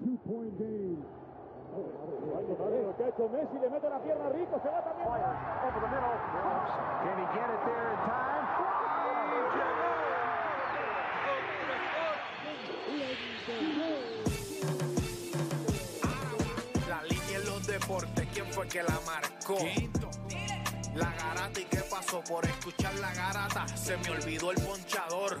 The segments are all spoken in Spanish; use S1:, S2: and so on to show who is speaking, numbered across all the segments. S1: two-point game.
S2: Lo que ha hecho Messi, le mete la pierna rico, se va también.
S3: Over the middle. Can he get it there in time?
S4: La línea en los deportes, ¿quién fue que la marcó? La garata y qué pasó por escuchar la garata, se me olvidó el ponchador.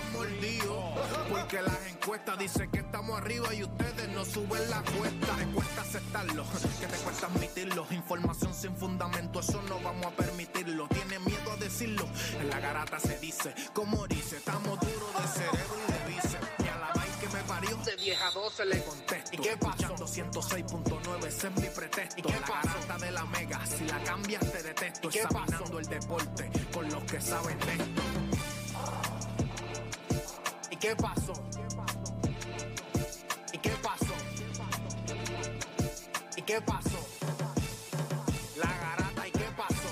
S4: mordidos, porque las encuestas dicen que estamos arriba y ustedes no suben la cuesta, te cuesta aceptarlo, que te cuesta admitirlo, información sin fundamento, eso no vamos a permitirlo, tiene miedo a decirlo, en la garata se dice, como dice, estamos duros de cerebro y de bíceps, y a la vaina que me parió, de 10 a 12 le contesto, ¿y qué pasó? 106.9, ese es mi pretexto, ¿y qué pasó? La garata de la mega, si la cambias te detesto, ¿Y qué examinando el deporte con los que saben de esto. ¿Y qué pasó? ¿Y qué pasó? ¿Y qué pasó? La garata, ¿y qué pasó?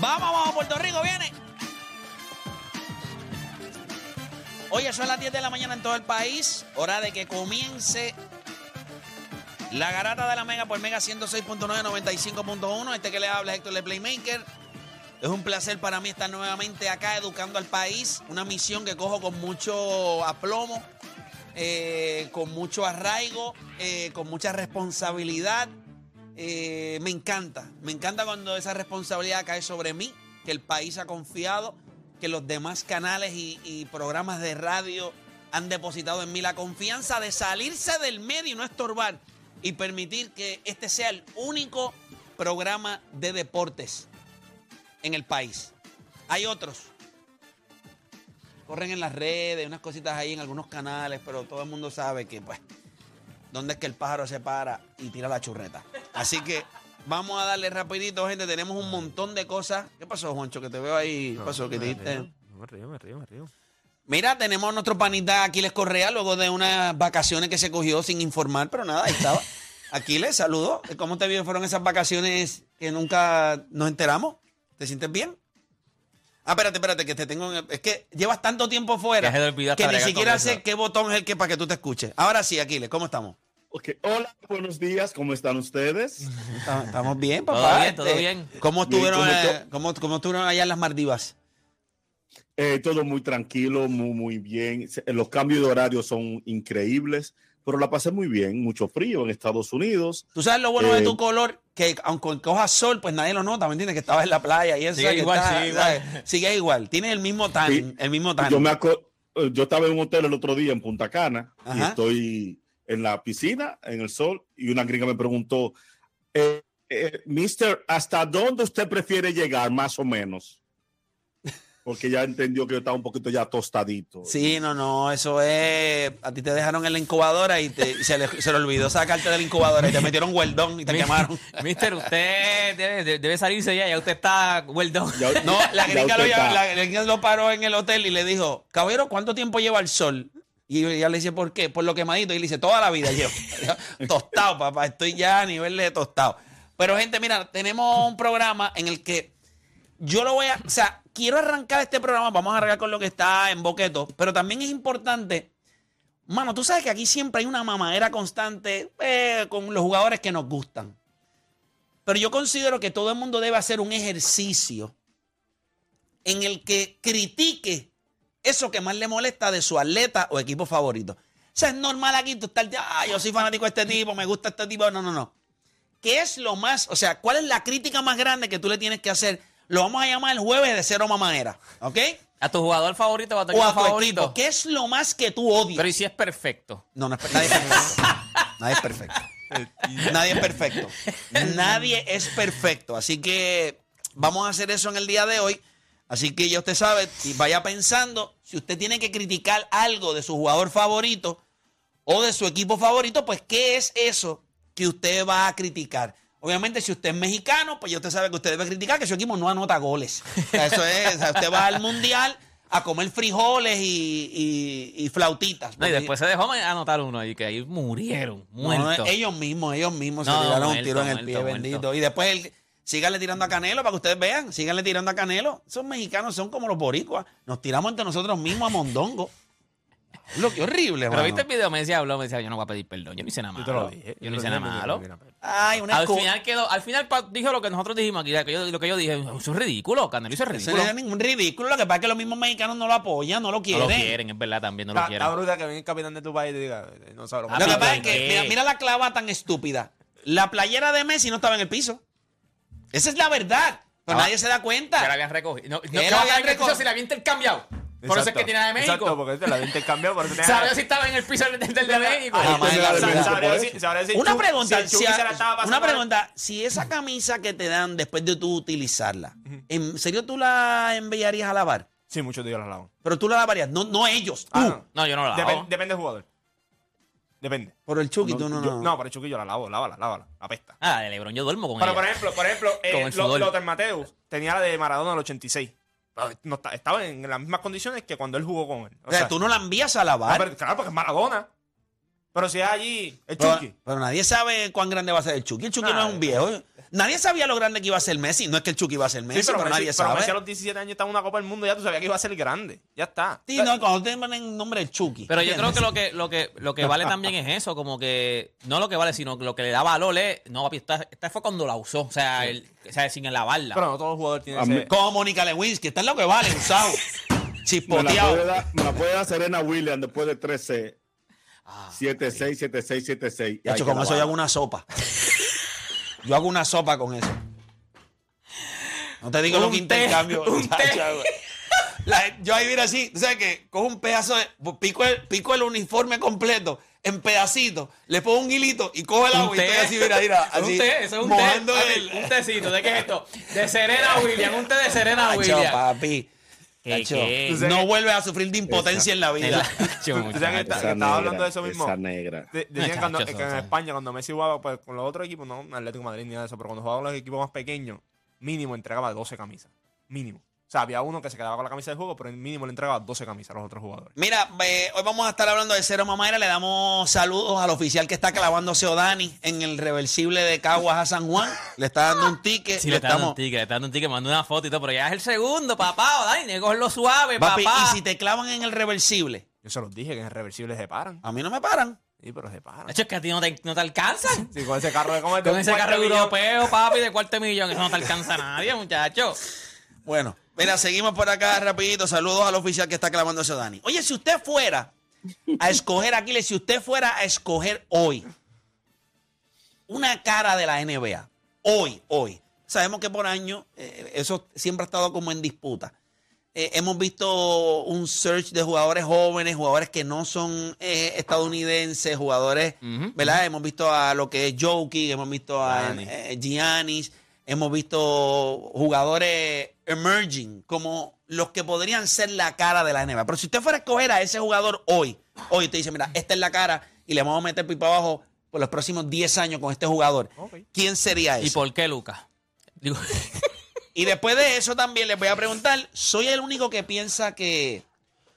S5: Vamos, vamos, Puerto Rico, viene. Oye, son las 10 de la mañana en todo el país. Hora de que comience la garata de la Mega por Mega 106.9, 95.1. Este que le habla es Héctor de Playmaker. Es un placer para mí estar nuevamente acá educando al país. Una misión que cojo con mucho aplomo, eh, con mucho arraigo, eh, con mucha responsabilidad. Eh, me encanta, me encanta cuando esa responsabilidad cae sobre mí, que el país ha confiado, que los demás canales y, y programas de radio han depositado en mí la confianza de salirse del medio y no estorbar y permitir que este sea el único programa de deportes en el país. Hay otros. Corren en las redes, unas cositas ahí en algunos canales, pero todo el mundo sabe que pues dónde es que el pájaro se para y tira la churreta. Así que vamos a darle rapidito, gente. Tenemos un montón de cosas. ¿Qué pasó, Juancho? Que te veo ahí. ¿Qué pasó? ¿Qué te diste?
S6: Me río, me río, me río.
S5: Mira, tenemos a nuestro panita Aquiles Correa luego de unas vacaciones que se cogió sin informar, pero nada, ahí estaba. Aquiles, saludos. ¿Cómo te vieron? Fueron esas vacaciones que nunca nos enteramos. ¿Te sientes bien? Ah, espérate, espérate, que te tengo. en el- Es que llevas tanto tiempo fuera
S6: Ya se te olvidó hasta
S5: que ni
S6: bregar con
S5: siquiera
S6: eso.
S5: sé qué botón es el que para que tú te escuches. Ahora sí, Aquiles, ¿cómo estamos?
S7: Ok, Hola, buenos días, ¿cómo están ustedes?
S5: Está- Estamos bien, papá.
S6: Todo bien, todo
S5: Este,
S6: bien.
S5: ¿Cómo
S7: Bien,
S5: estuvieron,
S7: ¿cómo
S5: eh, cómo- cómo estuvieron allá en las Maldivas?
S7: Eh, todo muy tranquilo, muy, muy bien. Se- eh, Los cambios de horario son increíbles, pero la pasé muy bien. Mucho frío en Estados Unidos.
S5: Tú sabes lo bueno de
S7: Eh,
S5: tu color, que aunque cojas sol, pues nadie lo nota, ¿me entiendes? Que estabas en la playa y eso.
S6: Sigue
S5: que
S6: igual,
S5: estás,
S6: sigue
S5: ¿sabes? Sigue igual. Tienes el mismo tan,
S7: Sí.
S5: el mismo tan.
S7: Yo, me aco- eh, yo estaba en un hotel el otro día en Punta Cana y
S5: Ajá.
S7: estoy en la piscina, en el sol, y una gringa me preguntó, eh, eh, Mister, ¿hasta dónde usted prefiere llegar, más o menos? Porque ya entendió que yo estaba un poquito ya tostadito.
S5: Sí, no, no, eso es. A ti te dejaron en la incubadora y, te- y se, le, se le olvidó sacarte de la incubadora y te metieron hueldón y te
S6: Mi-
S5: quemaron.
S6: Mister, usted debe, de- debe salirse ya, ya usted está well done.
S7: Ya-
S5: No, la
S7: ya
S5: gringa,
S7: usted
S5: lo, lleva-
S7: está-
S5: la gringa lo paró en el hotel y le dijo, caballero, ¿cuánto tiempo lleva el sol? Y ella le dice, ¿por qué? Por lo quemadito. Y le dice, toda la vida llevo. tostado, papá, estoy ya a nivel de tostado. Pero, gente, mira, tenemos un programa en el que yo lo voy a. O sea, quiero arrancar este programa. Vamos a arrancar con lo que está en boqueto. Pero también es importante. Mano, tú sabes que aquí siempre hay una mamadera constante eh, con los jugadores que nos gustan. Pero yo considero que todo el mundo debe hacer un ejercicio en el que critique eso que más le molesta de su atleta o equipo favorito. sea, es normal aquí tú estar, ah, yo soy fanático de este tipo, me gusta este tipo. No, no, no. ¿Qué es lo más, o sea, cuál es la crítica más grande que tú le tienes que hacer? Lo vamos a llamar el jueves de cero mamadera, ¿ok?
S6: A tu jugador favorito o a
S5: O
S6: tu equipo
S5: a tu
S6: favorito.
S5: equipo, ¿qué es lo más que tú odias?
S6: Pero y si es perfecto.
S5: No, no es per- nadie es perfecto. Nadie es perfecto. Nadie es perfecto. Nadie es perfecto. Así que vamos a hacer eso en el día de hoy. Así que ya usted sabe, y vaya pensando, si usted tiene que criticar algo de su jugador favorito o de su equipo favorito, pues ¿qué es eso que usted va a criticar? Obviamente, si usted es mexicano, pues ya usted sabe que usted debe criticar que su equipo no anota goles. O sea, eso es, o sea, usted va al mundial a comer frijoles y, y- y flautitas.
S6: No, y
S5: Porque-
S6: después se dejó anotar uno ahí que ahí murieron,
S5: no,
S6: muertos.
S5: ellos mismos, ellos mismos
S6: No,
S5: se tiraron un
S6: muerto,
S5: tiro en el
S6: muerto,
S5: pie,
S6: muerto.
S5: bendito. Y después el, síganle tirando a Canelo para que ustedes vean, síganle tirando a Canelo. Esos mexicanos son como los boricuas. Nos tiramos entre nosotros mismos a Mondongo. Lo que horrible,
S6: Pero
S5: mano.
S6: viste el video, me decía, habló, me decía, yo no voy a pedir perdón, yo no hice nada malo.
S1: Yo te lo dije.
S6: Yo no hice nada malo.
S5: Ay, una
S6: Al
S5: excu-
S6: final quedó, al final pa- dijo lo que nosotros dijimos aquí, que yo- lo que yo dije, eso es ridículo, Canelo hizo
S5: Eso
S6: ridículo.
S5: no era ningún ridículo. Lo que pasa es que los mismos mexicanos no lo apoyan, no lo
S6: No
S5: quieren.
S6: lo quieren, es verdad, también no lo
S1: Está
S6: quieren.
S1: está bruta que viene el capitán de tu país y te diga, eh, no sabe lo
S5: Lo
S6: Ah,
S5: que
S6: pero
S5: pasa es que,
S6: ¿qué?
S5: mira, mira la clava tan estúpida. La playera de Messi no estaba en el piso. Esa es la verdad. Pero
S6: Ah,
S5: nadie se da cuenta.
S6: Que la habían recogido. No, no,
S5: la
S6: que la
S5: habían
S6: habían recogido
S5: recogido?
S6: si la habían intercambiado. Por eso es que
S1: Exacto.
S6: tiene la de
S1: Exacto,
S6: México.
S1: porque te la había intercambiado. por eso tenía-
S6: Sabe pues. si estaba en el piso del, del de México.
S5: Ah,
S1: Entonces,
S5: Madre,
S1: sabrá-
S5: la-
S1: sabrá
S7: la-
S1: si- sabrá si
S5: una
S1: Chu-
S5: pregunta,
S1: si el Chucky
S5: si a-
S1: se la estaba pasando
S5: una
S1: por el-
S5: pregunta, si esa camisa que te dan después de tú utilizarla, ¿en serio tú la enviarías a lavar?
S1: Sí, muchos de ellos la lavan.
S5: Pero tú la lavarías, no, no ellos, tú.
S1: Ah, no.
S6: No, yo no la
S1: Depen-
S6: lavo.
S1: depende del jugador. Depende.
S5: Por el Chucky, tú no,
S1: yo-
S5: no.
S1: No, pero el Chucky yo la lavo, lávala, lávala. Apesta.
S6: Ah, de Lebron, yo duermo con
S1: Pero por
S6: ella.
S1: ejemplo, por ejemplo,
S6: Con
S1: eh,
S6: el
S1: Lo-
S6: sudor.
S1: Lothar Mateus tenía la de Maradona del 86. Pero No, está- estaba en las mismas condiciones que cuando él jugó con él.
S5: o sea, tú no la envías a
S1: ah,
S5: lavar.
S1: pero claro, porque es Maradona. Pero si es allí, el
S5: pero,
S1: Chucky.
S5: pero nadie sabe cuán grande va a ser el Chucky. El Chucky no
S1: Nadie.
S5: es un viejo. Nadie sabía lo grande que iba a ser Messi. No es que el Chucky iba a ser Messi,
S1: Sí, pero,
S5: pero,
S1: Messi-
S5: nadie
S1: pero
S5: sabe.
S1: Messi a los 17 años estaba en una Copa del Mundo, ya tú sabías que iba a ser grande. Ya está.
S5: Sí, no, cuando te ponen el nombre de Chucky.
S6: Pero yo creo
S5: ¿entiendes?
S6: que lo que, lo que lo que vale también es eso, como que no lo que vale, sino que lo que le da valor es, no, papi, esta, esta fue cuando la usó, o sea, el- o sea sin lavarla.
S1: Pero no todos los jugadores tienen
S7: A mí-
S1: ese...
S5: Como Mónica Lewinsky, está en lo que vale, usado.
S7: Me la, puede
S5: Chispoteado.
S7: dar, me la puede dar Serena Williams después de 13.
S1: Ah,
S7: 76, 76, 76.
S5: De hecho, con eso yo hago una sopa. Yo hago una sopa con eso. No te digo lo
S6: Un
S5: que
S6: té,
S5: intercambio.
S6: un té.
S5: Chacho, la- yo ahí mira así, ¿sabes qué? Cojo un pedazo de. pues, Pico el, pico el uniforme completo en pedacitos, le pongo un hilito y cojo el agua y estoy así, mira, mira.
S6: Eso es
S5: Así,
S6: un té, eso es un
S5: mojando
S6: té.
S5: el-
S6: papi, Un tecito, ¿de qué es esto? De Serena Williams, un té de Serena
S5: Chacho,
S6: Williams.
S5: papi.
S6: ¿Qué,
S5: Chacho,
S6: qué?
S5: No vuelves a sufrir de impotencia en la vida.
S6: Chacho,
S1: ¿Tú sabes que
S6: muchacho.
S1: está- estaba hablando de eso mismo?
S7: Esa negra.
S1: De- decían
S6: Muchacho,
S1: cuando-
S6: eso,
S1: que en
S6: sí.
S1: España, cuando Messi jugaba pues, con los otros equipos, no Atlético de Madrid ni nada de eso, pero cuando jugaba con los equipos más pequeños, mínimo entregaba 12 camisas. Mínimo. O sea, había uno que se quedaba con la camisa del juego, pero el mínimo le entregaba 12 camisas a los otros jugadores.
S5: Mira, eh, hoy vamos a estar hablando de Cero Mamaera. Le damos saludos al oficial que está clavándose Odani en el reversible de Caguas a San Juan. Le está dando un ticket.
S6: Sí, le está dando un ticket, le está dando un ticket, mandó una foto y todo, pero ya es el segundo, papá, o Dani, tiene que cogerlo suave,
S5: Papi,
S6: papá.
S5: y si te clavan en el reversible,
S1: Yo se los dije que en el reversible se paran.
S5: a mí no me paran.
S1: Sí, pero se paran.
S6: Chacho, es que a ti no te, no te alcanzan.
S1: Sí, con ese carro de comer.
S6: Con ese carro europeo, papi, de cuarto millón, eso no te alcanza a nadie, muchacho.
S5: Bueno, mira, seguimos por acá rapidito. Saludos al oficial que está clavándose Odani. Oye, si usted fuera a escoger, Aquiles, si usted fuera a escoger hoy una cara de la NBA, hoy, hoy, sabemos que por año eh, eso siempre ha estado como en disputa. Eh, hemos visto un search de jugadores jóvenes, jugadores que no son eh, estadounidenses, jugadores,
S6: Ujú,
S5: ¿verdad? Hemos visto a lo que es Jokic, hemos visto a
S1: Giannis.
S5: eh, Giannis, hemos visto jugadores emerging, como los que podrían ser la cara de la NBA. Pero si usted fuera a escoger a ese jugador hoy, hoy te dice, mira, esta es la cara y le vamos a meter pipa abajo por los próximos 10 años con este jugador,
S1: Ok.
S6: pues.
S5: ¿quién sería
S6: ¿Y
S5: ese?
S6: por qué, Lucas? Digo,
S5: Y después de eso también les voy a preguntar, ¿soy el único que piensa que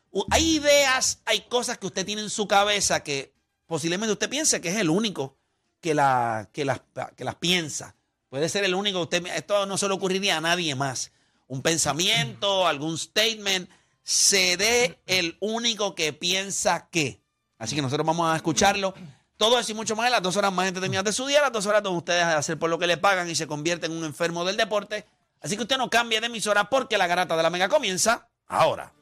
S5: u- hay ideas, hay cosas que usted tiene en su cabeza que posiblemente usted piense que es el único que, la, que, las, que las piensa? Puede ser el único, usted, esto no se le ocurriría a nadie más. Un pensamiento, algún statement, seré el único que piensa que. Así que nosotros vamos a escucharlo. Todo eso y mucho más en las dos horas más entretenidas de su día, las dos horas donde ustedes de hacer por lo que le pagan y se convierte en un enfermo del deporte. Así que usted no cambie de emisora porque la garata de la mega comienza ahora.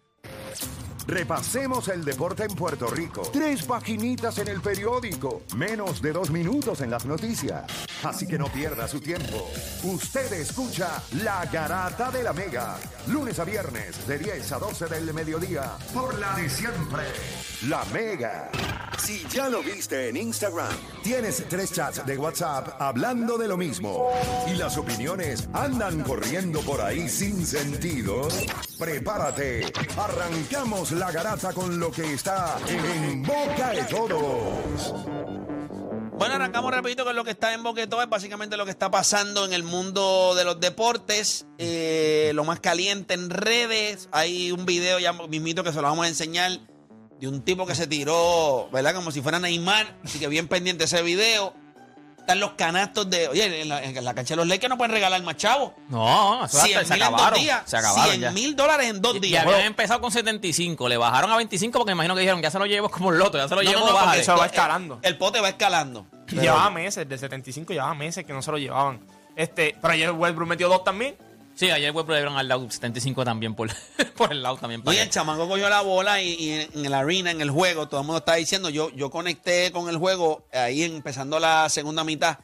S8: Repasemos el deporte en Puerto Rico. Tres paginitas en el periódico. Menos de dos minutos en las noticias. Así que no pierda su tiempo. Usted escucha La Garata de la Mega. Lunes a viernes de 10 a 12 del mediodía. Por la de siempre. La Mega. Si ya lo viste en Instagram, tienes tres chats de WhatsApp hablando de lo mismo y las opiniones andan corriendo por ahí sin sentido, prepárate. Arrancamos la garata con lo que está en boca de todos.
S5: Bueno, arrancamos rapidito con lo que está en Boquetó, es básicamente lo que está pasando en el mundo de los deportes, eh, lo más caliente en redes, hay un video ya mismito que se lo vamos a enseñar de un tipo que se tiró, ¿verdad? Como si fuera Neymar, así que bien pendiente ese video. Están los canastos de, oye, en la, en la cancha de los Lakers no pueden regalar más chavos.
S6: No, eso
S5: 100
S6: hasta- se
S5: mil en
S6: acabaron.
S5: dos días.
S6: Se acabaron
S5: 100
S6: ya.
S5: mil dólares en dos
S6: Y- Y
S5: días.
S6: habían empezado con 75, le bajaron a 25 porque me imagino que dijeron, ya se lo llevo como el loto, ya se
S5: No,
S6: lo
S5: no,
S6: llevo,
S5: no, porque
S6: bájale.
S1: Eso va
S5: Eh,
S1: escalando.
S5: El pote va escalando.
S1: Llevaba meses, de 75 llevaba meses que no se lo llevaban. Este, pero ayer Westbrook metió dos también.
S6: Sí, ayer Westbrook le dieron al lado 75 también por, por el lado también.
S5: No,
S6: para
S5: y
S6: que-
S5: el chamaco cogió la bola y, y en, en la arena, en el juego, todo el mundo está diciendo, yo, yo conecté con el juego ahí empezando la segunda mitad,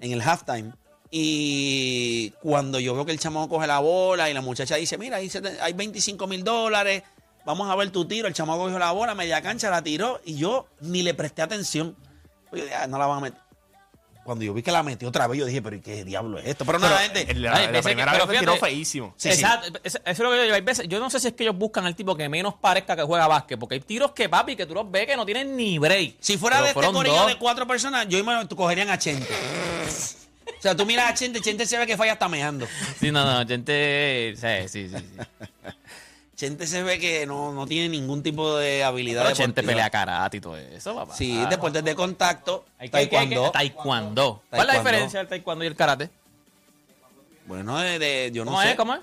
S5: en el halftime. Y cuando yo veo que el chamaco coge la bola y la muchacha dice, mira, ahí se te- hay 25 mil dólares, vamos a ver tu tiro. El chamaco cogió la bola, media cancha, la tiró y yo ni le presté atención. Yo dije, "Ah, no la van a meter. Cuando yo vi que la metió otra vez, yo dije, pero ¿y ¿qué diablo es esto? Pero nada, gente.
S1: El- la,
S6: Ay,
S1: la
S6: pensé que-
S1: primera
S6: pero
S1: vez le tiró
S6: fíjate-
S1: feísimo.
S5: Sí, sí.
S6: Exacto, es- eso es lo que yo digo. Hay veces, yo no sé si es que ellos buscan al tipo que menos parezca que juega básquet, porque hay tiros que papi que tú los ves que no tienen ni break.
S5: Si fuera
S6: Pero
S5: de este
S6: fueron
S5: corillo
S6: dos.
S5: de cuatro personas, yo imagino que tú cogerían a Chente. O sea, tú miras a Chente, Chente se ve que falla hasta meando.
S6: Sí, no, no, gente. Sí, sí, sí. sí.
S5: Chente se ve que no, no tiene ningún tipo de habilidad
S6: Pero gente
S5: deportiva.
S6: pelea karate y todo eso, papá.
S5: Sí,
S6: Claro.
S5: deportes de contacto,
S6: Hay que- hay que- hay que-
S5: taekwondo.
S6: Taekwondo. ¿Cuál es la
S5: Taekwondo.
S6: diferencia del taekwondo y el karate?
S5: Bueno, de, de- yo no
S6: ¿Cómo
S5: sé.
S6: es? ¿Cómo es?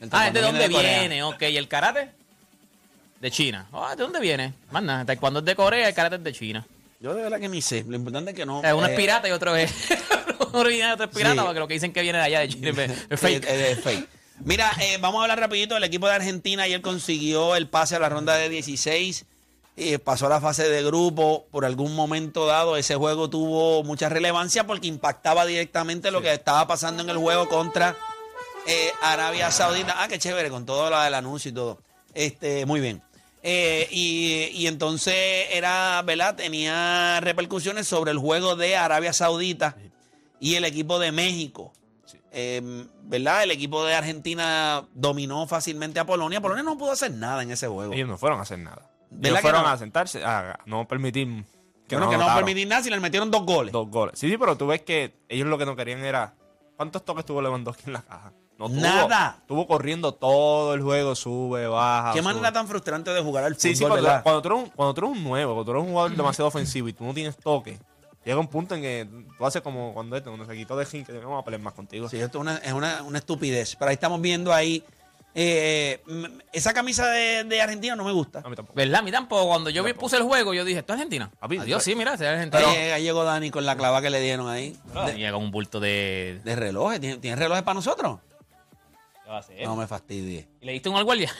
S5: El
S6: Ah, es de
S5: taekwondo
S6: dónde
S5: Corea.
S6: viene, ok. ¿Y el karate? De China. Ah, ¿de dónde viene? Más nada, el taekwondo es de Corea, el karate es de China.
S5: Yo de verdad que ni sé. Lo importante es que no.
S6: O sea, uno
S5: eh,
S6: es pirata y otro es uno original y otro es pirata,
S5: Sí.
S6: porque lo que dicen que viene de allá de China es- es fake.
S5: Eh, eh, eh, fake. Mira, eh, vamos a hablar rapidito. El equipo de Argentina ayer consiguió el pase a la ronda de 16. eh, pasó a la fase de grupo. Por algún momento dado, ese juego tuvo mucha relevancia porque impactaba directamente lo que estaba pasando en el juego contra eh, Arabia Saudita. Ah, qué chévere, con todo lo del anuncio y todo. Este, muy bien. Eh, y, y entonces era, ¿verdad? Tenía repercusiones sobre el juego de Arabia Saudita y el equipo de México. Eh, ¿Verdad? El equipo de Argentina dominó fácilmente a Polonia. Polonia no pudo hacer nada en ese juego.
S1: Ellos no fueron a hacer nada.
S5: ¿Verdad
S1: Ellos
S5: que
S1: fueron
S5: no?
S1: a sentarse, a no permitir que
S5: Bueno,
S1: nos
S5: que no
S1: anotaran
S5: permití nada si le metieron dos goles.
S1: dos goles. Sí, sí, pero tú ves que ellos lo que no querían era ¿cuántos toques tuvo Lewandowski en la caja? No tuvo.
S5: Nada.
S1: Estuvo corriendo todo el juego, sube, baja.
S5: Qué
S1: sube.
S5: manera tan frustrante de jugar al fútbol,
S1: Sí, sí, cuando,
S5: ¿verdad?
S1: cuando tú eres un, cuando tú eres un nuevo, cuando tú eres un jugador demasiado ofensivo y tú no tienes toque, llega un punto en que tú haces como cuando, este, cuando se quitó de Jim, que vamos a pelear más contigo.
S5: Sí, esto es una, es una- una estupidez. Pero ahí estamos viendo ahí. eh, mm, esa camisa de, de Argentina no me gusta.
S1: A mí tampoco.
S6: ¿Verdad? A mí tampoco. Cuando yo vi, puse el juego, yo dije, ¿esto es Argentina?
S1: Papi,
S6: Adiós,
S1: pero-
S6: sí, mira, se Argentina.
S5: Ahí, llega- Eh, ahí llegó Dani con la clava que le dieron ahí.
S6: Pero
S5: De,
S6: Llega con un bulto de...
S5: de relojes. ¿Tien- ¿Tienes relojes para nosotros?
S6: ¿Qué va a hacer?
S5: No me fastidie.
S6: ¿Y le diste uno al guardia?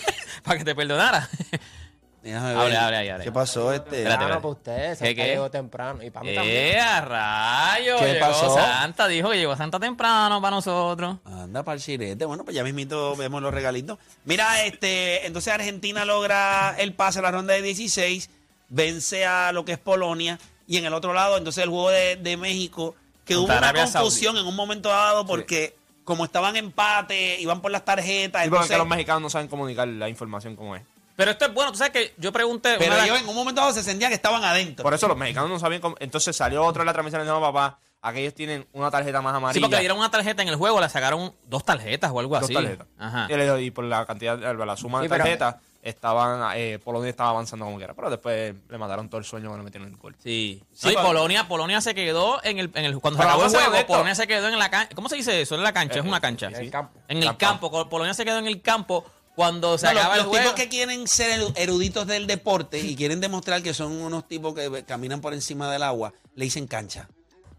S6: Para que te perdonara.
S5: Déjame ver.
S6: Hable, hable ahí, hable.
S5: ¿Qué pasó este?
S6: Espérate,
S9: Ah,
S10: Temprano
S6: espérate.
S9: pues
S10: para ustedes,
S6: ¿Qué,
S10: Santa
S6: qué?
S10: llegó temprano. Y para mí también.
S6: ¡Eh, a rayo!
S10: ¿Qué
S6: llegó
S10: pasó?
S6: Santa, dijo que llegó Santa temprano para nosotros.
S5: Anda para el chirete. Bueno, pues ya mismito vemos los regalitos. Mira, este, entonces Argentina logra el pase a la ronda de 16, vence a lo que es Polonia. Y en el otro lado, entonces el juego de, de México, que
S6: Contra
S5: hubo una
S6: Arabia Saudí.
S5: confusión en un momento dado porque como estaban en empate, iban por las tarjetas.
S1: Sí, porque es que
S5: entonces-
S1: los mexicanos no saben comunicar la información como es.
S6: Pero esto es bueno. Tú sabes que yo pregunté...
S5: pero
S6: una-
S5: ellos en un momento dado se sentían que estaban adentro.
S1: Por eso los mexicanos no sabían cómo. Entonces salió otro en la transmisión y dijo, no, papá, aquellos tienen una tarjeta más amarilla.
S6: Sí, porque le dieron una tarjeta en el juego, le sacaron dos tarjetas o algo
S1: dos
S6: así.
S1: tarjetas.
S6: Ajá.
S1: Y, le dijo, y por la cantidad, la suma de
S10: Sí, pero-
S1: tarjetas, estaban, eh, Polonia estaba avanzando como quiera. Pero después le mataron todo el sueño cuando metieron el gol.
S6: Sí.
S5: Sí,
S6: No, y
S5: pa-
S6: Polonia, Polonia se quedó en el, en el cuando se
S1: Pero
S6: acabó el
S1: vamos a ser
S6: juego,
S1: honestos.
S6: Polonia se quedó en la cancha. ¿Cómo se dice eso? En la cancha,
S1: Eh,
S6: es una cancha.
S1: sí, sí.
S10: campo.
S6: En el
S1: Campo.
S6: campo. Co- Polonia se quedó en el campo cuando se
S5: No, los-
S6: acaba
S5: los
S6: el juego.
S5: tipos que quieren ser eru- eruditos del deporte y quieren demostrar que son unos tipos que eh, caminan por encima del agua, le dicen cancha.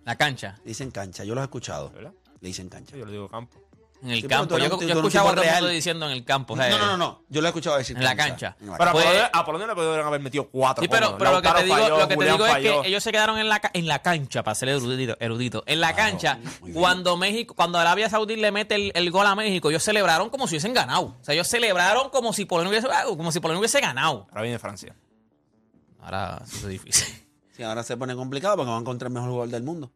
S6: La cancha.
S5: Le dicen cancha. Yo los he escuchado.
S1: ¿Verdad?
S5: Le dicen cancha.
S1: Yo le digo campo.
S6: En el
S10: Sí, pero
S6: campo.
S10: tú
S6: Yo,
S10: eres
S6: yo
S10: un- tú
S6: he
S10: eres un
S6: escuchado a
S10: tipo
S6: todo el mundo
S10: real.
S6: diciendo en el campo. o sea,
S10: No, no, no, no. Yo lo he escuchado decir.
S6: En la cancha.
S10: En la
S1: Pero a
S6: Pues-
S1: Polonia, a Polonia le pudieron haber metido cuatro.
S6: Sí, pero,
S1: coño.
S6: pero lo que te
S1: Lautaro
S6: digo,
S1: falló,
S6: lo que te
S1: Julián
S6: digo es
S1: falló.
S6: que ellos se quedaron en la, ca- en la cancha, para ser erudito, erudito en la cancha,
S10: muy bien.
S6: cuando México, cuando Arabia Saudí le mete el, el gol a México, ellos celebraron como si hubiesen ganado. O sea, ellos celebraron como si Polonia hubiese, ah, como si Polonia hubiese ganado.
S1: Ahora viene Francia.
S6: Ahora eso es difícil.
S10: Sí, ahora se pone complicado porque van contra el mejor jugador del mundo.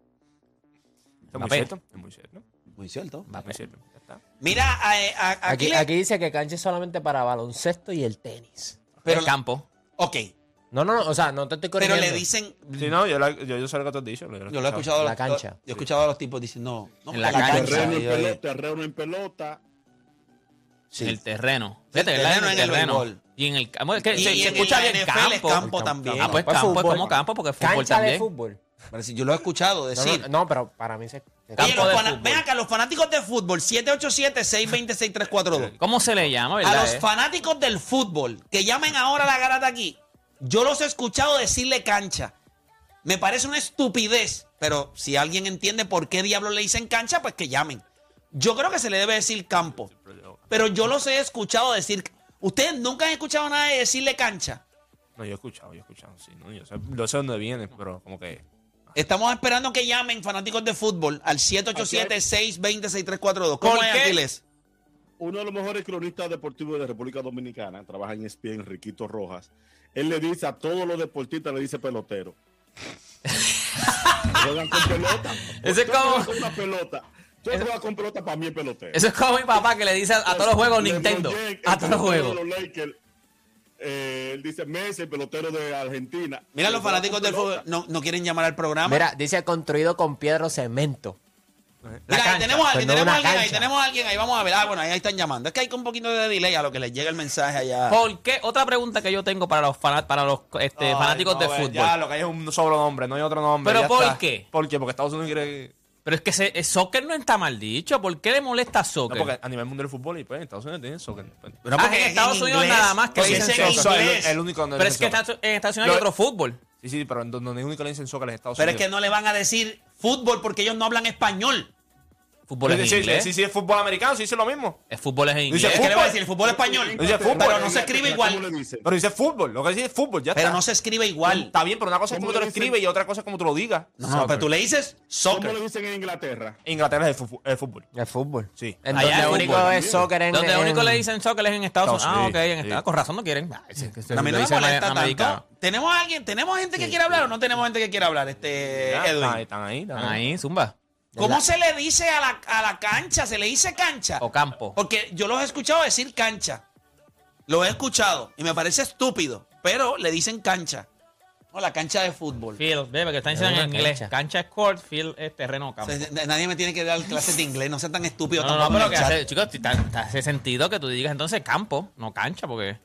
S1: Es muy
S6: Mbappé.
S1: cierto. Es muy cierto.
S10: Muy cierto.
S1: Es muy cierto. Ya está.
S5: Mira, a-
S10: eh,
S5: a- a- aquí,
S9: Aquí,
S5: le-
S9: aquí dice que cancha es solamente para baloncesto y el tenis.
S10: Pero-
S6: el campo.
S10: Ok.
S9: No, no, no, o sea, no te estoy
S10: Pero le
S9: corrigiendo.
S10: dicen.
S6: Mm.
S1: Sí, no, yo, la- yo, yo sé lo que tú has dicho.
S10: Yo lo he escuchado. a
S9: La
S10: los-
S9: cancha.
S10: Yo he escuchado a los tipos diciendo. No, no,
S6: En la cancha.
S7: Terreno en
S10: yo-
S7: pelota, terreno en pelota.
S10: Sí.
S6: El terreno.
S10: El
S6: Fíjate, ¿verdad?
S10: terreno en el béisbol.
S6: Y en el campo. Es que
S10: Y
S6: se, se
S10: en
S6: escucha
S10: la
S6: bien
S10: NFL es
S6: campo.
S10: campo
S9: Campo,
S10: también.
S6: Ah, pues
S9: Pues
S6: campo es
S9: fútbol.
S6: como campo, porque es fútbol
S9: Cancha de
S6: también.
S9: fútbol.
S10: Pero si yo lo he escuchado
S9: No,
S10: decir.
S9: no, no, pero para mí se. se-
S6: Campo
S5: Oye, los
S6: de
S5: fana-
S6: fútbol.
S5: ven acá, los fanáticos de fútbol, 787-626-342.
S6: ¿Cómo se le llama,
S5: A
S6: verdad?
S5: los
S6: eh?
S5: fanáticos del fútbol que llamen ahora a la garata aquí, yo los he escuchado decirle cancha. Me parece una estupidez, pero si alguien entiende por qué diablos le dicen cancha, pues que llamen. Yo creo que se le debe decir campo, pero yo los he escuchado decir. Ustedes nunca han escuchado nada de decirle cancha.
S1: No, yo he escuchado, yo he escuchado. Sí, no, yo sé, yo sé dónde viene, pero como que.
S5: Estamos esperando que llamen fanáticos de fútbol al 787-620-6342. ¿Cómo
S6: ¿Por
S5: es,
S6: qué?
S5: Aquiles?
S7: uno de los mejores cronistas deportivos de República Dominicana, trabaja en ESPN, Riquito Rojas. Él le dice a todos los deportistas, le dice pelotero. Juegan con pelota.
S6: Ese es
S7: Tú
S6: como-
S7: juegas con una pelota. Tú juegas con pelota, para mí es pelotero.
S6: Eso es como mi papá que le dice a, a todos los juegos
S7: LeBron
S6: Nintendo.
S7: James, el
S6: A todos los
S7: pelotero
S6: juegos.
S7: de los Lakers, eh, él dice Messi, el pelotero de Argentina.
S5: Mira,
S7: Él
S5: los
S7: juega
S5: fanáticos
S7: con
S5: del
S7: pelota.
S5: fútbol no, no quieren llamar al programa.
S9: Mira, dice construido con piedra o cemento.
S6: La
S5: Mira, ahí
S6: cancha,
S5: tenemos a alguien,
S9: pues no
S5: tenemos a
S9: una
S5: alguien ahí,
S9: cancha.
S5: tenemos a alguien ahí, vamos a ver. Ah, bueno, ahí están llamando. Es que hay un poquito de delay a lo que les llega el mensaje allá.
S6: ¿Por qué? Otra pregunta que yo tengo para los, fana- para los este,
S1: Ay,
S6: fanáticos
S1: no,
S6: de
S1: ve,
S6: fútbol.
S1: Ya, Ah, lo que hay es un solo nombre, no hay otro nombre.
S6: ¿Pero
S1: ya
S6: por
S1: está.
S6: qué?
S1: ¿Por qué? Porque Estados Unidos quiere.
S6: Pero es que se- eh, soccer no está mal dicho. ¿Por qué le molesta
S1: No,
S6: soccer?
S1: porque a nivel mundial del fútbol y pues Estados Unidos tiene soccer. pues.
S5: Pero
S6: Ah,
S5: porque
S6: en
S5: es
S6: Estados Unidos
S5: inglés,
S6: nada más que
S5: porque
S1: Porque
S6: dicen
S5: es
S1: ese
S5: en
S1: es el,
S5: inglés.
S1: el único donde
S6: pero
S1: dicen
S6: es que
S1: soccer.
S6: Estados- en Estados Unidos hay
S1: Lo-
S6: otro fútbol.
S1: Sí, sí, pero donde donde único le dicen soccer es Estados
S5: Pero es
S1: Unidos.
S5: que no le van a decir fútbol porque ellos no hablan español.
S6: Fútbol
S1: Sí,
S6: es
S1: sí,
S6: en inglés.
S1: Sí, sí, es fútbol americano, sí, dice lo mismo.
S6: Es fútbol es en
S1: Dice
S6: inglés.
S5: ¿Qué le
S1: Fútbol.
S5: va a decir? El fútbol español.
S1: Dice fútbol.
S5: Pero no
S1: Mira,
S5: se escribe
S7: mira,
S5: igual.
S7: ¿Cómo le dicen?
S1: Pero dice fútbol, lo que dice es fútbol, ya
S5: Pero
S1: está.
S5: no se escribe igual.
S1: Está bien, pero una cosa es
S7: ¿Cómo
S1: como tú lo
S7: le dicen?
S1: escribes y otra cosa es como tú lo digas.
S5: No, no, pero tú le dices
S7: ¿Cómo le
S5: soccer.
S7: dicen en Inglaterra?
S1: Inglaterra es el fútbol. El fútbol.
S9: El fútbol.
S1: Sí.
S9: En
S6: Allá
S9: donde
S6: el
S9: único
S6: fútbol.
S9: es soccer en.
S6: Donde
S9: en-
S6: único le dicen soccer es en Estados
S1: No,
S6: Unidos. Ah,
S1: sí,
S6: ok, en
S1: sí.
S6: Estados Con razón no quieren. Ah, ese- ese-
S5: A mí no me
S6: lo dice una-
S5: molesta
S6: una americana.
S5: tanto. ¿Tenemos alguien, tenemos gente que quiere hablar o no tenemos gente que quiere hablar,
S6: Eh,
S5: este
S1: Ya, están ahí,
S5: Edwin?
S1: están ahí. están ahí.
S6: Ahí, zumba.
S5: ¿Cómo se le dice a la, a la cancha? ¿Se le dice cancha?
S6: O campo.
S5: Porque yo los he escuchado decir cancha. Lo he escuchado y me parece estúpido, pero le dicen cancha. O la cancha de fútbol.
S6: Field, bebe, que está
S9: Es
S6: diciendo en
S9: una
S6: inglés.
S9: cancha.
S6: Cancha es court, field es terreno o
S5: O
S6: campo.
S5: sea, n- nadie me tiene que dar clases de inglés, no sea tan estúpido
S6: No, no,
S5: tampoco.
S6: no, pero
S5: en el
S6: que
S5: chat.
S6: hace, chicos, te- te- te hace sentido que tú digas entonces campo, no cancha, porque.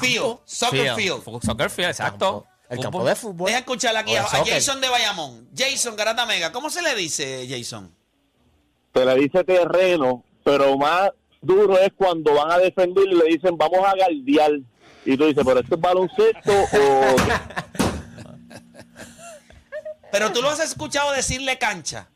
S5: Field, soccer field.
S6: Fu- Soccer field, exacto.
S9: El
S6: Fútbol.
S9: campo de fútbol.
S5: Deja escuchar aquí
S9: O de
S5: a, a
S9: soccer.
S5: Jason de Bayamón. Jason Garata Mega, ¿cómo se le dice, Jason?
S11: se le dice terreno, pero más duro es cuando van a defender y le dicen vamos a galdear. Y tú dices, pero esto es baloncesto o...
S5: Pero tú lo has escuchado decirle cancha.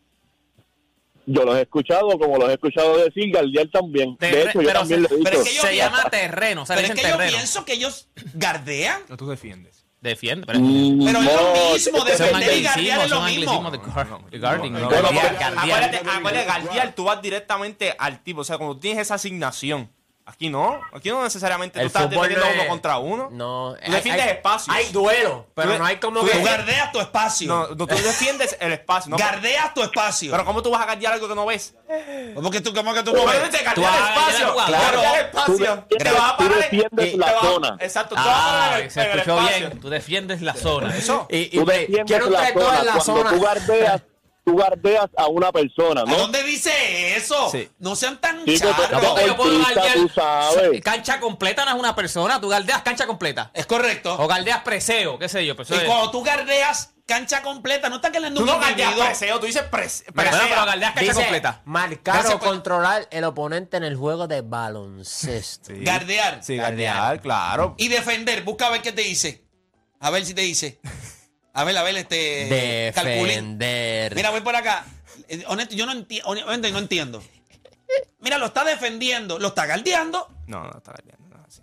S11: Yo los he escuchado, como los he escuchado decir, galdear también. De
S6: Terre-
S11: hecho, yo
S6: pero
S11: también
S6: se-
S11: lo he
S5: pero
S11: dicho.
S5: es que yo-
S6: Se llama terreno, o sea, le
S5: pero es que
S6: dicen
S5: yo
S6: terreno.
S5: pienso que ellos gardean.
S1: No, tú defiendes.
S6: Defiende, pero.
S11: Mm,
S5: Pero es lo
S11: no,
S5: mismo,
S11: es-
S6: Son
S5: defender y gardear
S6: anglicismos,
S5: es lo mismo.
S6: son anglicismos de guard-
S1: No,
S6: de guarding.
S1: no,
S6: ¿no?
S1: no,
S11: Pero
S6: Guardiar,
S11: porque-
S6: guardiar.
S1: Acuérdate, acuérdate, Galdial, tú vas directamente al tipo. O sea, cuando tienes esa asignación. Aquí no. Aquí no necesariamente tú
S9: El
S1: estás
S9: fútbol
S1: defendiendo
S9: no
S1: uno
S9: es-
S1: contra uno.
S9: No.
S1: Tú defiendes espacios.
S9: Hay duelo, pero
S1: Tú-
S9: no hay como
S1: tú
S9: que.
S5: Tú gardeas tu espacio.
S1: No, no, tú defiendes el espacio. No,
S5: Gardeas tu espacio.
S1: pero ¿cómo tú vas a galdear algo que no ves?
S5: ¿Cómo que tú, cómo que tú
S1: Tú
S5: no
S1: vas a
S5: ves?
S1: galdear
S6: Tú vas a galdear
S1: espacio.
S6: al jugador.
S1: Claro. Galdear
S11: tú
S1: espacio.
S11: defiendes-
S1: Te vas a parar
S11: tú
S1: en-
S11: defiendes
S1: te
S11: la
S1: vas-
S11: zona.
S1: Exacto, tú vas a parar
S6: Ah,
S1: en el-
S6: se
S1: en el
S6: escuchó
S1: espacio.
S6: bien. Tú defiendes la zona.
S1: Eso.
S9: Y, y
S11: Tú
S9: ve,
S11: defiendes
S9: quiero un
S11: la
S9: tres dos
S11: zona.
S9: en la
S11: Cuando
S9: zona.
S11: tú guardeas, tú guardeas a una persona,
S5: ¿A
S11: ¿no?
S5: dónde dice eso?
S1: Sí.
S5: No sean tan
S11: Sí, pero-
S5: charros.
S6: No, porque yo puedo
S11: Deportista,
S6: galdear.
S11: tú sabes.
S6: Cancha completa no es una persona. Tú galdeas cancha completa.
S5: Es correcto.
S6: O galdeas preseo, qué sé yo. pero eso
S5: Y
S6: es-
S5: cuando tú gardeas cancha completa, no están que le
S1: Oh, Tú no galdeas preseo, tú dices pres-
S6: Bueno,
S1: presea.
S6: pero galdeas cancha
S9: Dice,
S6: completa.
S9: marcar
S5: Gracias
S9: o
S5: por-
S9: controlar el oponente en el juego de baloncesto.
S1: Sí.
S5: Gardear.
S1: Sí, galdear, claro.
S5: Y defender. Busca a ver qué te dice. A ver si te dice. A ver, a ver, este. Calculín.
S9: Defender.
S5: Mira, voy por acá. Eh, Honesto, yo no, enti- honestamente no entiendo. Mira, lo está defendiendo, lo está galdeando.
S1: No, no, está bien. no, así.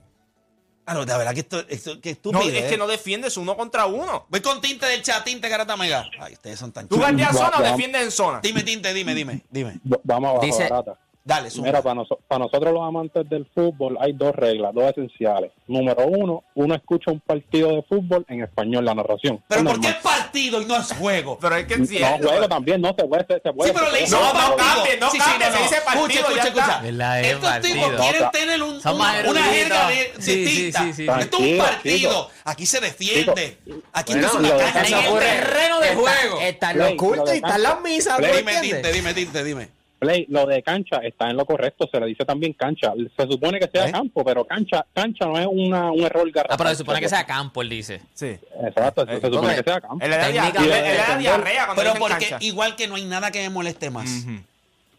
S5: Claro, de verdad que esto, esto que
S1: No,
S5: estúpido.
S11: ¿eh?
S5: ¿eh?
S1: es que no defiendes uno contra uno.
S5: Voy con tinte del chat, tinte garata mega. Ay, ustedes son tan
S1: ¿Tú
S5: chulos.
S1: guardias zona o
S11: Guau.
S1: defiendes en zona?
S5: Dime, tinte, dime, dime, dime.
S11: Va- Vamos abajo,
S9: Dice-
S11: barata.
S5: Dale, suma.
S11: Mira, para, noso- para nosotros los amantes del fútbol hay dos reglas, dos esenciales. Número uno, uno escucha un partido de fútbol en español, la narración.
S5: Pero
S11: Es
S5: ¿por qué es
S11: normal.
S5: partido y no es juego?
S1: Pero es que es
S11: No,
S1: cierto.
S11: juego también, no se puede. Se se puede
S5: Sí, pero le hizo
S11: No,
S1: No,
S5: un
S1: no
S5: partido.
S1: cambie, no
S5: Sí, sí,
S1: cambie, se dice
S5: Escucha,
S1: partido, ya
S5: escucha,
S1: está.
S5: escucha.
S6: Es la de
S5: Estos tipos
S6: partido.
S5: quieren
S11: No, está-
S5: tener un,
S6: Son
S5: un-
S6: más
S5: una jerga de-
S6: eruditos. Sí,
S5: distinta.
S6: sí, sí, sí.
S5: Esto es un
S11: Tranquilo,
S5: partido.
S11: chico.
S5: Aquí se defiende. Aquí no es
S11: Bueno,
S5: una
S11: lo
S5: cancha.
S11: que
S5: Aquí
S11: se
S5: es
S11: ocurre-
S5: terreno de juego.
S9: Están
S11: Play,
S9: los cultos
S11: pero
S9: y están las misas. ¿tú
S11: Play,
S5: Dime, tinte,
S9: entiendes?
S5: dime, tinte, dime.
S11: Play, lo de cancha está en lo correcto, se le dice también cancha. Se supone que sea
S5: ¿Eh?
S11: campo, pero cancha cancha no es una, un error garrafal.
S6: Ah, pero se supone que sea campo, él dice.
S1: Sí.
S11: Exacto, se, se supone que sea campo.
S1: Él le da dia- él- él
S9: Técnicamente-
S1: le da diarrea cuando
S5: Pero
S1: dice en
S5: porque
S1: cancha.
S5: igual que no hay nada que me moleste más.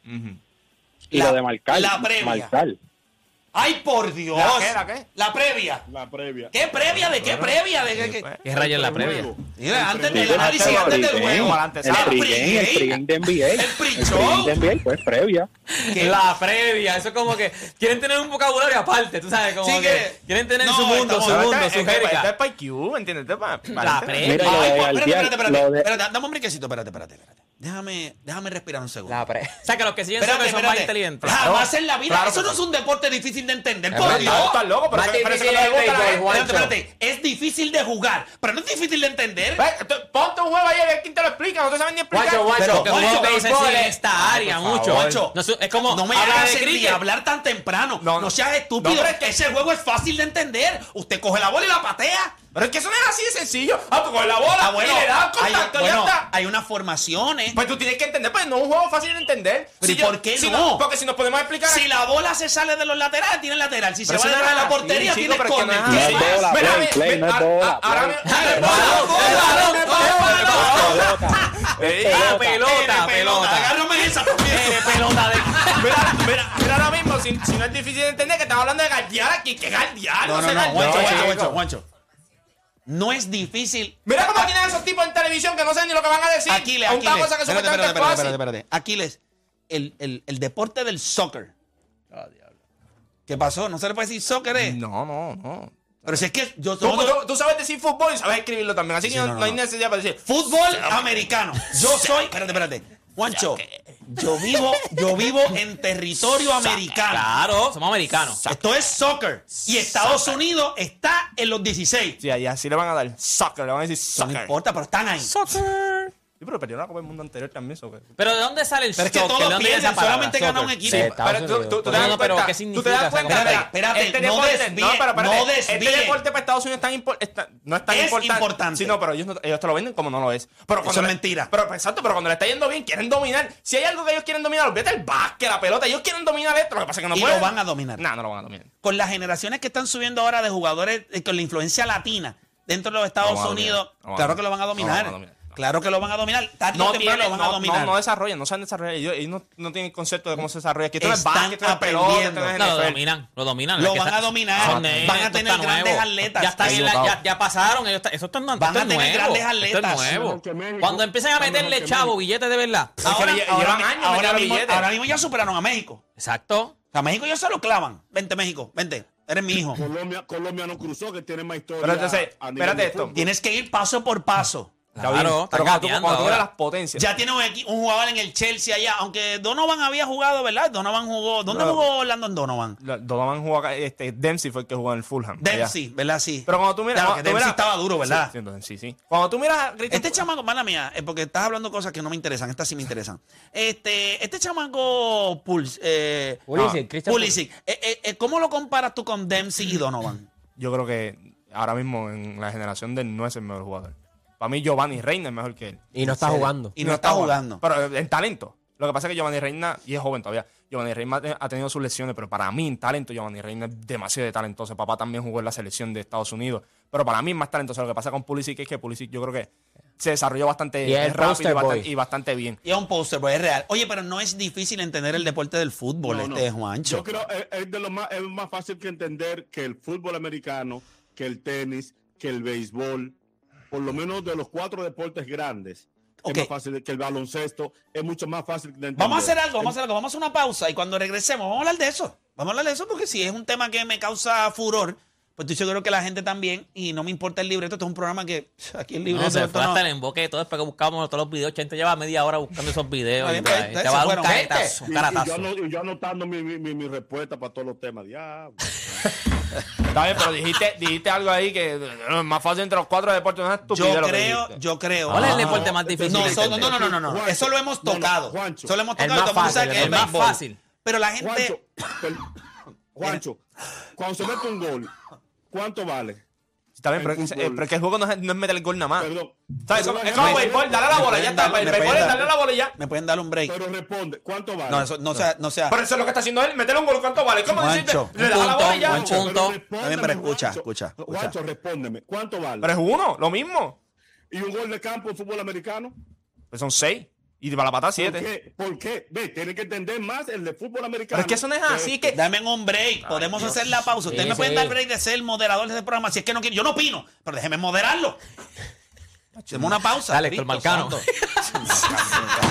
S1: Ujú, ujú.
S11: Y
S5: la-
S11: lo de marcar,
S5: la previa.
S11: marcar.
S5: ¡Ay, por Dios!
S1: ¿La qué, la qué?
S5: La previa.
S7: La previa.
S5: ¿Qué previa? ¿De qué previa? ¿De qué?
S1: pues.
S5: qué?
S6: ¿Qué raya en la previa?
S7: Juego.
S5: Mira, antes
S11: Sí,
S5: del
S11: pero
S5: análisis,
S11: hasta
S5: antes del
S11: el
S5: juego.
S1: pregame,
S11: El
S5: Ah,
S11: pregame, el
S5: pregame.
S11: pregame de NBA.
S5: El
S11: pregame
S5: pre-show.
S11: de NBA, pues previa.
S5: ¿Qué?
S6: La previa, eso es como que quieren tener un vocabulario aparte, tú sabes, como
S5: Sí
S6: que,
S5: que-
S6: quieren tener
S5: No,
S6: su mundo,
S5: estamos-
S6: su
S1: Pero
S6: mundo,
S1: este-
S6: su
S1: este- este es
S6: jerga.
S1: para IQ, ¿entiendes? Este es para-
S6: La
S1: para-
S6: previa.
S11: Mira lo de
S5: Ay, pa- espérate,
S11: Galdial,
S5: espérate, espérate,
S11: lo de-
S5: espérate, dame un brequecito, espérate, espérate, espérate. Déjame, déjame respirar un segundo.
S9: La pre.
S6: O sea, que los que siguen
S5: Espérate,
S6: siempre son más
S5: espérate.
S6: inteligentes.
S5: Jamás en la vida.
S1: Claro
S5: Eso
S1: que
S5: no es
S1: sí.
S5: un deporte difícil de entender.
S6: Es
S5: Por
S6: verdad.
S5: Dios.
S1: No, estás loco, pero
S9: Más
S1: eso- pero eso
S9: difícil
S1: no le
S9: es
S1: gusta a la
S9: béisbol,
S1: gente.
S9: Juan.
S5: Espérate, espérate. Es difícil de jugar, pero no es difícil de entender.
S1: Ve, tú- Ponte un juego ahí, a ver quién te lo explica, no te saben ni explicar.
S9: Guacho, guacho.
S6: Porque
S5: Juancho,
S6: jugamos béisbol en esta área
S1: por
S6: mucho.
S1: favor.
S6: Juancho. No, es como
S5: No me
S6: habla
S5: hagas
S6: de
S5: ni
S6: cricket.
S5: hablar tan temprano. No,
S1: No,
S5: seas estúpido.
S1: No, pero es que-
S5: Ese juego es fácil de entender. Usted coge la bola y la patea.
S1: Pero es que eso no es así de sencillo. Ah, tú coges la bola
S5: Ah, bueno,
S1: y le das
S5: hay,
S1: contacto,
S5: bueno,
S1: ya está.
S5: hay unas formaciones.
S1: Pues tú tienes que entender, pues no es un juego fácil de entender.
S5: Pero ¿y por qué
S1: si
S5: no?
S1: Porque si nos podemos explicar.
S5: Si la bola se sale de los laterales, tiene lateral. Si
S1: Pero
S5: se va
S1: eso
S5: detrás
S1: no
S5: de
S1: es
S5: la
S1: así,
S5: portería,
S1: chico,
S5: tiene
S1: pero es que no es
S5: córner.
S1: así.
S5: ¿Qué
S11: No es bola,
S5: más?
S1: Ven,
S11: play,
S1: a ver,
S11: play,
S1: ven,
S11: no es
S1: a-
S11: bola,
S1: a- ahora
S11: play.
S1: me- ¡Dale, bola,
S6: Balón,
S1: bola,
S6: balón,
S1: dale,
S6: balón, Eh,
S1: bola! Ey,
S6: ah,
S5: Pelota,
S6: pelota, pelota.
S5: Agárrame esa también.
S6: Eh, pelota de.
S1: Mira, mira, mira ahora mismo, si, si no es difícil de entender que estamos hablando de galdear aquí, que galdear,
S5: No, no, no,
S1: se galdea,
S5: Juancho,
S1: chico.
S5: Juancho, Juancho, Juancho. No es difícil.
S1: Mira cómo tienen esos tipos en televisión que no saben ni lo que van a decir.
S5: Aquiles,
S1: A una
S5: Aquiles.
S1: cosa que
S5: Espérate, espérate,
S1: supuestamente
S5: espérate,
S1: es fácil.
S5: espérate, espérate. Aquiles, el, el, el deporte del soccer. ¿Qué pasó? Ah, ¿No se le puede decir soccer, eh?
S1: No, no, no.
S5: Pero si es que yo...
S1: Tú,
S5: nosotros-
S1: tú- tú sabes decir fútbol y sabes escribirlo también, así
S5: Sí,
S1: que no,
S5: no, no,
S1: no hay
S5: no.
S1: necesidad para decir.
S5: Fútbol americano. Yo soy. Espérate, espérate. Juancho, yo vivo, yo vivo en territorio americano.
S6: Claro, somos americanos.
S5: Esto es soccer. Y Estados Unidos está en los 16.
S1: Sí, ahí así le van a dar soccer, le van a decir
S5: Eso no
S1: soccer.
S5: importa, pero están ahí.
S6: Soccer.
S1: Sí, pero perdió la Copa del Mundo anterior también, soccer.
S6: Pero ¿de dónde sale el
S5: Pero es que
S6: soccer? ¿De
S5: todos
S6: dónde viene
S5: pierden,
S6: esa palabra,
S5: solamente gana
S6: soccer?
S5: un equipo.
S9: Sí. Estados
S1: Pero tú, tú,
S9: Unidos.
S1: tú te
S6: No,
S1: das
S6: no, pero
S1: cuenta,
S6: ¿qué
S1: tú te
S6: significa
S1: das
S6: esa
S1: cuenta,
S5: cosa?
S1: mira,
S5: Espérate,
S1: este
S5: no
S1: deporte,
S5: desvíe,
S1: no, pero espérate,
S5: no desvíe.
S1: este deporte para Estados Unidos es tan impor- está- no es tan
S5: Es
S1: importante.
S5: importante.
S1: Sí, no, pero ellos, no- ellos te lo venden como no lo es. Pero cuando
S5: Eso es
S1: le-
S5: mentira.
S1: Pero pues, exacto, pero cuando le está yendo bien, quieren dominar. Si hay algo que ellos quieren dominar, olvídate el básquet, la pelota, ellos quieren dominar esto, lo que pasa es que no
S5: Y
S1: pueden.
S5: lo van a dominar. Este
S1: No, no lo van a dominar.
S5: Con las generaciones que están subiendo ahora de jugadores eh, con la influencia latina dentro de los Estados
S1: No van a
S5: Unidos,
S1: dominar, no van a
S5: claro que lo van a
S1: dominar, no
S5: dominar.
S1: van a dominar, no.
S5: Claro que lo van a dominar. Tarde o
S1: No,
S5: temprano
S1: tienen,
S5: lo van a
S1: no,
S5: dominar.
S1: no, no desarrollan, no saben desarrollar. Ellos, ellos no, no tienen concepto de cómo se desarrolla. Aquí esto no es
S5: Están
S1: básquet, esto no es pelota, esto no es
S5: aprendiendo.
S6: No, lo
S1: NFL.
S6: dominan, lo dominan.
S5: Lo
S6: Es que
S5: van
S6: está-
S5: a dominar,
S6: Son
S5: van a
S6: esto
S5: tener
S6: está
S5: grandes atletas.
S6: Ya, está
S5: Ahí
S6: en la-
S1: votado.
S6: ya, ya pasaron, ellos está- eso está andando.
S5: Van
S6: esto
S5: a
S6: es
S5: tener
S6: nuevo,
S5: grandes
S6: Esto
S5: atletas.
S6: es nuevo.
S3: que México,
S6: Cuando empiecen a
S3: está mejor
S6: meterle
S3: que
S6: chavo, billetes de verdad.
S1: Ah,
S5: Ahora,
S1: Pero lle-
S5: ahora
S1: llevan
S5: mi-
S1: años
S5: ahora
S1: metiendo
S5: mismo,
S1: billetes.
S5: ahora mismo ya superaron a México.
S6: Exacto.
S5: A México ellos se lo clavan. Vente, México, vente. Eres mi hijo.
S7: Colombia, Colombia no cruzó, que tiene más historia.
S1: Pero entonces,
S7: a nivel
S1: espérate
S7: de
S1: esto.
S7: fútbol.
S5: Tienes que ir paso por paso.
S1: Está
S6: Claro,
S1: bien,
S6: están
S1: pero cuando tú,
S6: gateando
S1: cuando tú ves
S6: ahora.
S1: las potencias.
S5: Ya tiene un, equi- un jugador en el Chelsea allá. Aunque Donovan había jugado, ¿verdad? Donovan jugó. ¿Dónde
S1: No.
S5: jugó Landon Donovan?
S1: Lo- Donovan jugó acá, este, Dempsey fue el que jugó en el Fulham.
S5: Dempsey,
S1: allá.
S5: ¿verdad? Sí.
S1: Pero cuando tú miras.
S5: Claro,
S1: cuando
S5: que
S1: tú
S5: Dempsey
S1: miras-
S5: estaba duro, ¿verdad?
S1: Sí, sí, Dempsey, sí. Cuando tú miras. a Christian-
S5: Este chamaco, mala mía, eh, porque estás hablando cosas que no me interesan, estas sí me interesan. Este, este chamaco Puls, eh,
S9: Pulisic, Christian
S5: Pulisic, eh, eh, eh, ¿cómo lo comparas tú con Dempsey y Donovan?
S1: Yo creo que ahora mismo en la generación del no es el mejor jugador. Para mí, Giovanni Reina es mejor que él.
S9: Y no está jugando.
S5: Y no está jugando.
S1: Pero eh, en talento. Lo que pasa es que Giovanni Reina, y es joven todavía, Giovanni Reina te- ha tenido sus lesiones, pero para mí en talento Giovanni Reina es demasiado de talentoso. Papá también jugó en la selección de Estados Unidos, pero para mí es más talentoso. Lo que pasa con Pulisic es que Pulisic yo creo que se desarrolló bastante
S9: Y es el
S1: rápido
S9: poster
S1: y bastante,
S9: boy.
S1: y bastante bien.
S5: Y es un póster, pues es real. Oye, pero no es difícil entender el deporte del fútbol,
S7: No,
S5: este
S7: no.
S5: Juancho.
S7: Yo creo es, es de lo más, es más fácil que entender que el fútbol americano, que el tenis, que el béisbol, por lo menos de los cuatro deportes grandes, Es más fácil que el baloncesto. Es mucho más fácil. de entender.
S5: Vamos a hacer algo, vamos a hacer algo, vamos a hacer una pausa y cuando regresemos vamos a hablar de eso. Vamos a hablar de eso porque si es un tema que me causa furor, pues estoy seguro que la gente también, y no me importa el libreto, esto es un programa que pff, aquí el libreto...
S6: No, se
S5: esto
S6: fue
S5: no-
S6: hasta el emboque y todo. Después que buscábamos todos los videos, gente lleva media hora buscando esos videos.
S5: Está
S6: y
S5: bien,
S6: va-
S5: pues,
S6: te
S5: se
S6: va a dar
S5: fueron,
S6: un
S5: gente.
S6: caretazo, un
S7: Y- y
S6: caratazo.
S7: yo, ano- y yo anotando mi, mi- mi- mi respuesta para todos los temas. Diablo.
S1: Está bien, pero dijiste, dijiste algo ahí que eh, más fácil entre los cuatro deportes. Una estupidez
S5: Yo
S1: lo que
S5: creo,
S1: dijiste.
S5: yo creo.
S6: ¿Cuál es el
S5: Ah.
S6: deporte más difícil?
S5: No,
S6: de
S5: eso- no,
S6: entender?
S5: no, no, no, no, no.
S7: Juancho.
S5: Eso lo hemos
S7: No, no,
S5: tocado.
S7: Juancho.
S5: Eso lo hemos
S6: El
S5: tocado. y todo
S6: más
S5: el mundo
S6: fácil,
S5: sabe que es
S6: el más
S5: béisbol.
S6: fácil.
S5: Pero la gente...
S7: Juancho, per- Juancho, cuando se mete un gol, ¿cuánto vale?
S1: Está bien,
S7: el
S1: pero, es que-
S7: fútbol.
S1: eh, pero es que el juego no es, no es meter el gol nada más.
S7: Perdón.
S1: ¿Sabes? Es como-
S7: Perdón,
S1: Es como
S7: me-
S1: béisbol, dale la bola,
S5: me
S1: ya está.
S5: pueden
S1: El
S5: dar-
S1: béisbol
S5: me
S1: es
S5: pueden
S1: darle
S5: dar-
S1: la bola y ya.
S5: Me pueden dar un break.
S7: Pero responde, ¿cuánto vale?
S5: No, eso, no sea... No sea
S1: Pero eso es lo que está haciendo él, meter un gol, ¿cuánto vale? ¿Cómo decirte?
S5: Juancho,
S1: Le da la
S6: punto,
S1: bola y ya.
S6: Juancho.
S7: Pero
S6: punto.
S7: respóndeme,
S5: También, pero escucha,
S7: Juancho.
S5: escucha, escucha.
S7: Juancho, respóndeme, ¿cuánto vale?
S1: Pero es uno, lo mismo.
S7: ¿Y un gol de campo en fútbol americano?
S1: Pues son seis. Y para la pata
S7: ¿Por
S1: siete.
S7: qué? ¿Por qué? Ve, tiene que entender más el de fútbol americano.
S1: Pero es que eso no es así. Es que
S5: Este, Dame un break. Podemos hacer la pausa. Ustedes
S6: Sí,
S5: me pueden
S6: sí.
S5: dar break de ser el moderador de este programa. Si es que no quieren. Yo no opino, pero déjenme moderarlo. Hacemos una pausa.
S6: Dale, Héctor
S5: Cristo
S6: Marcano.
S5: santo.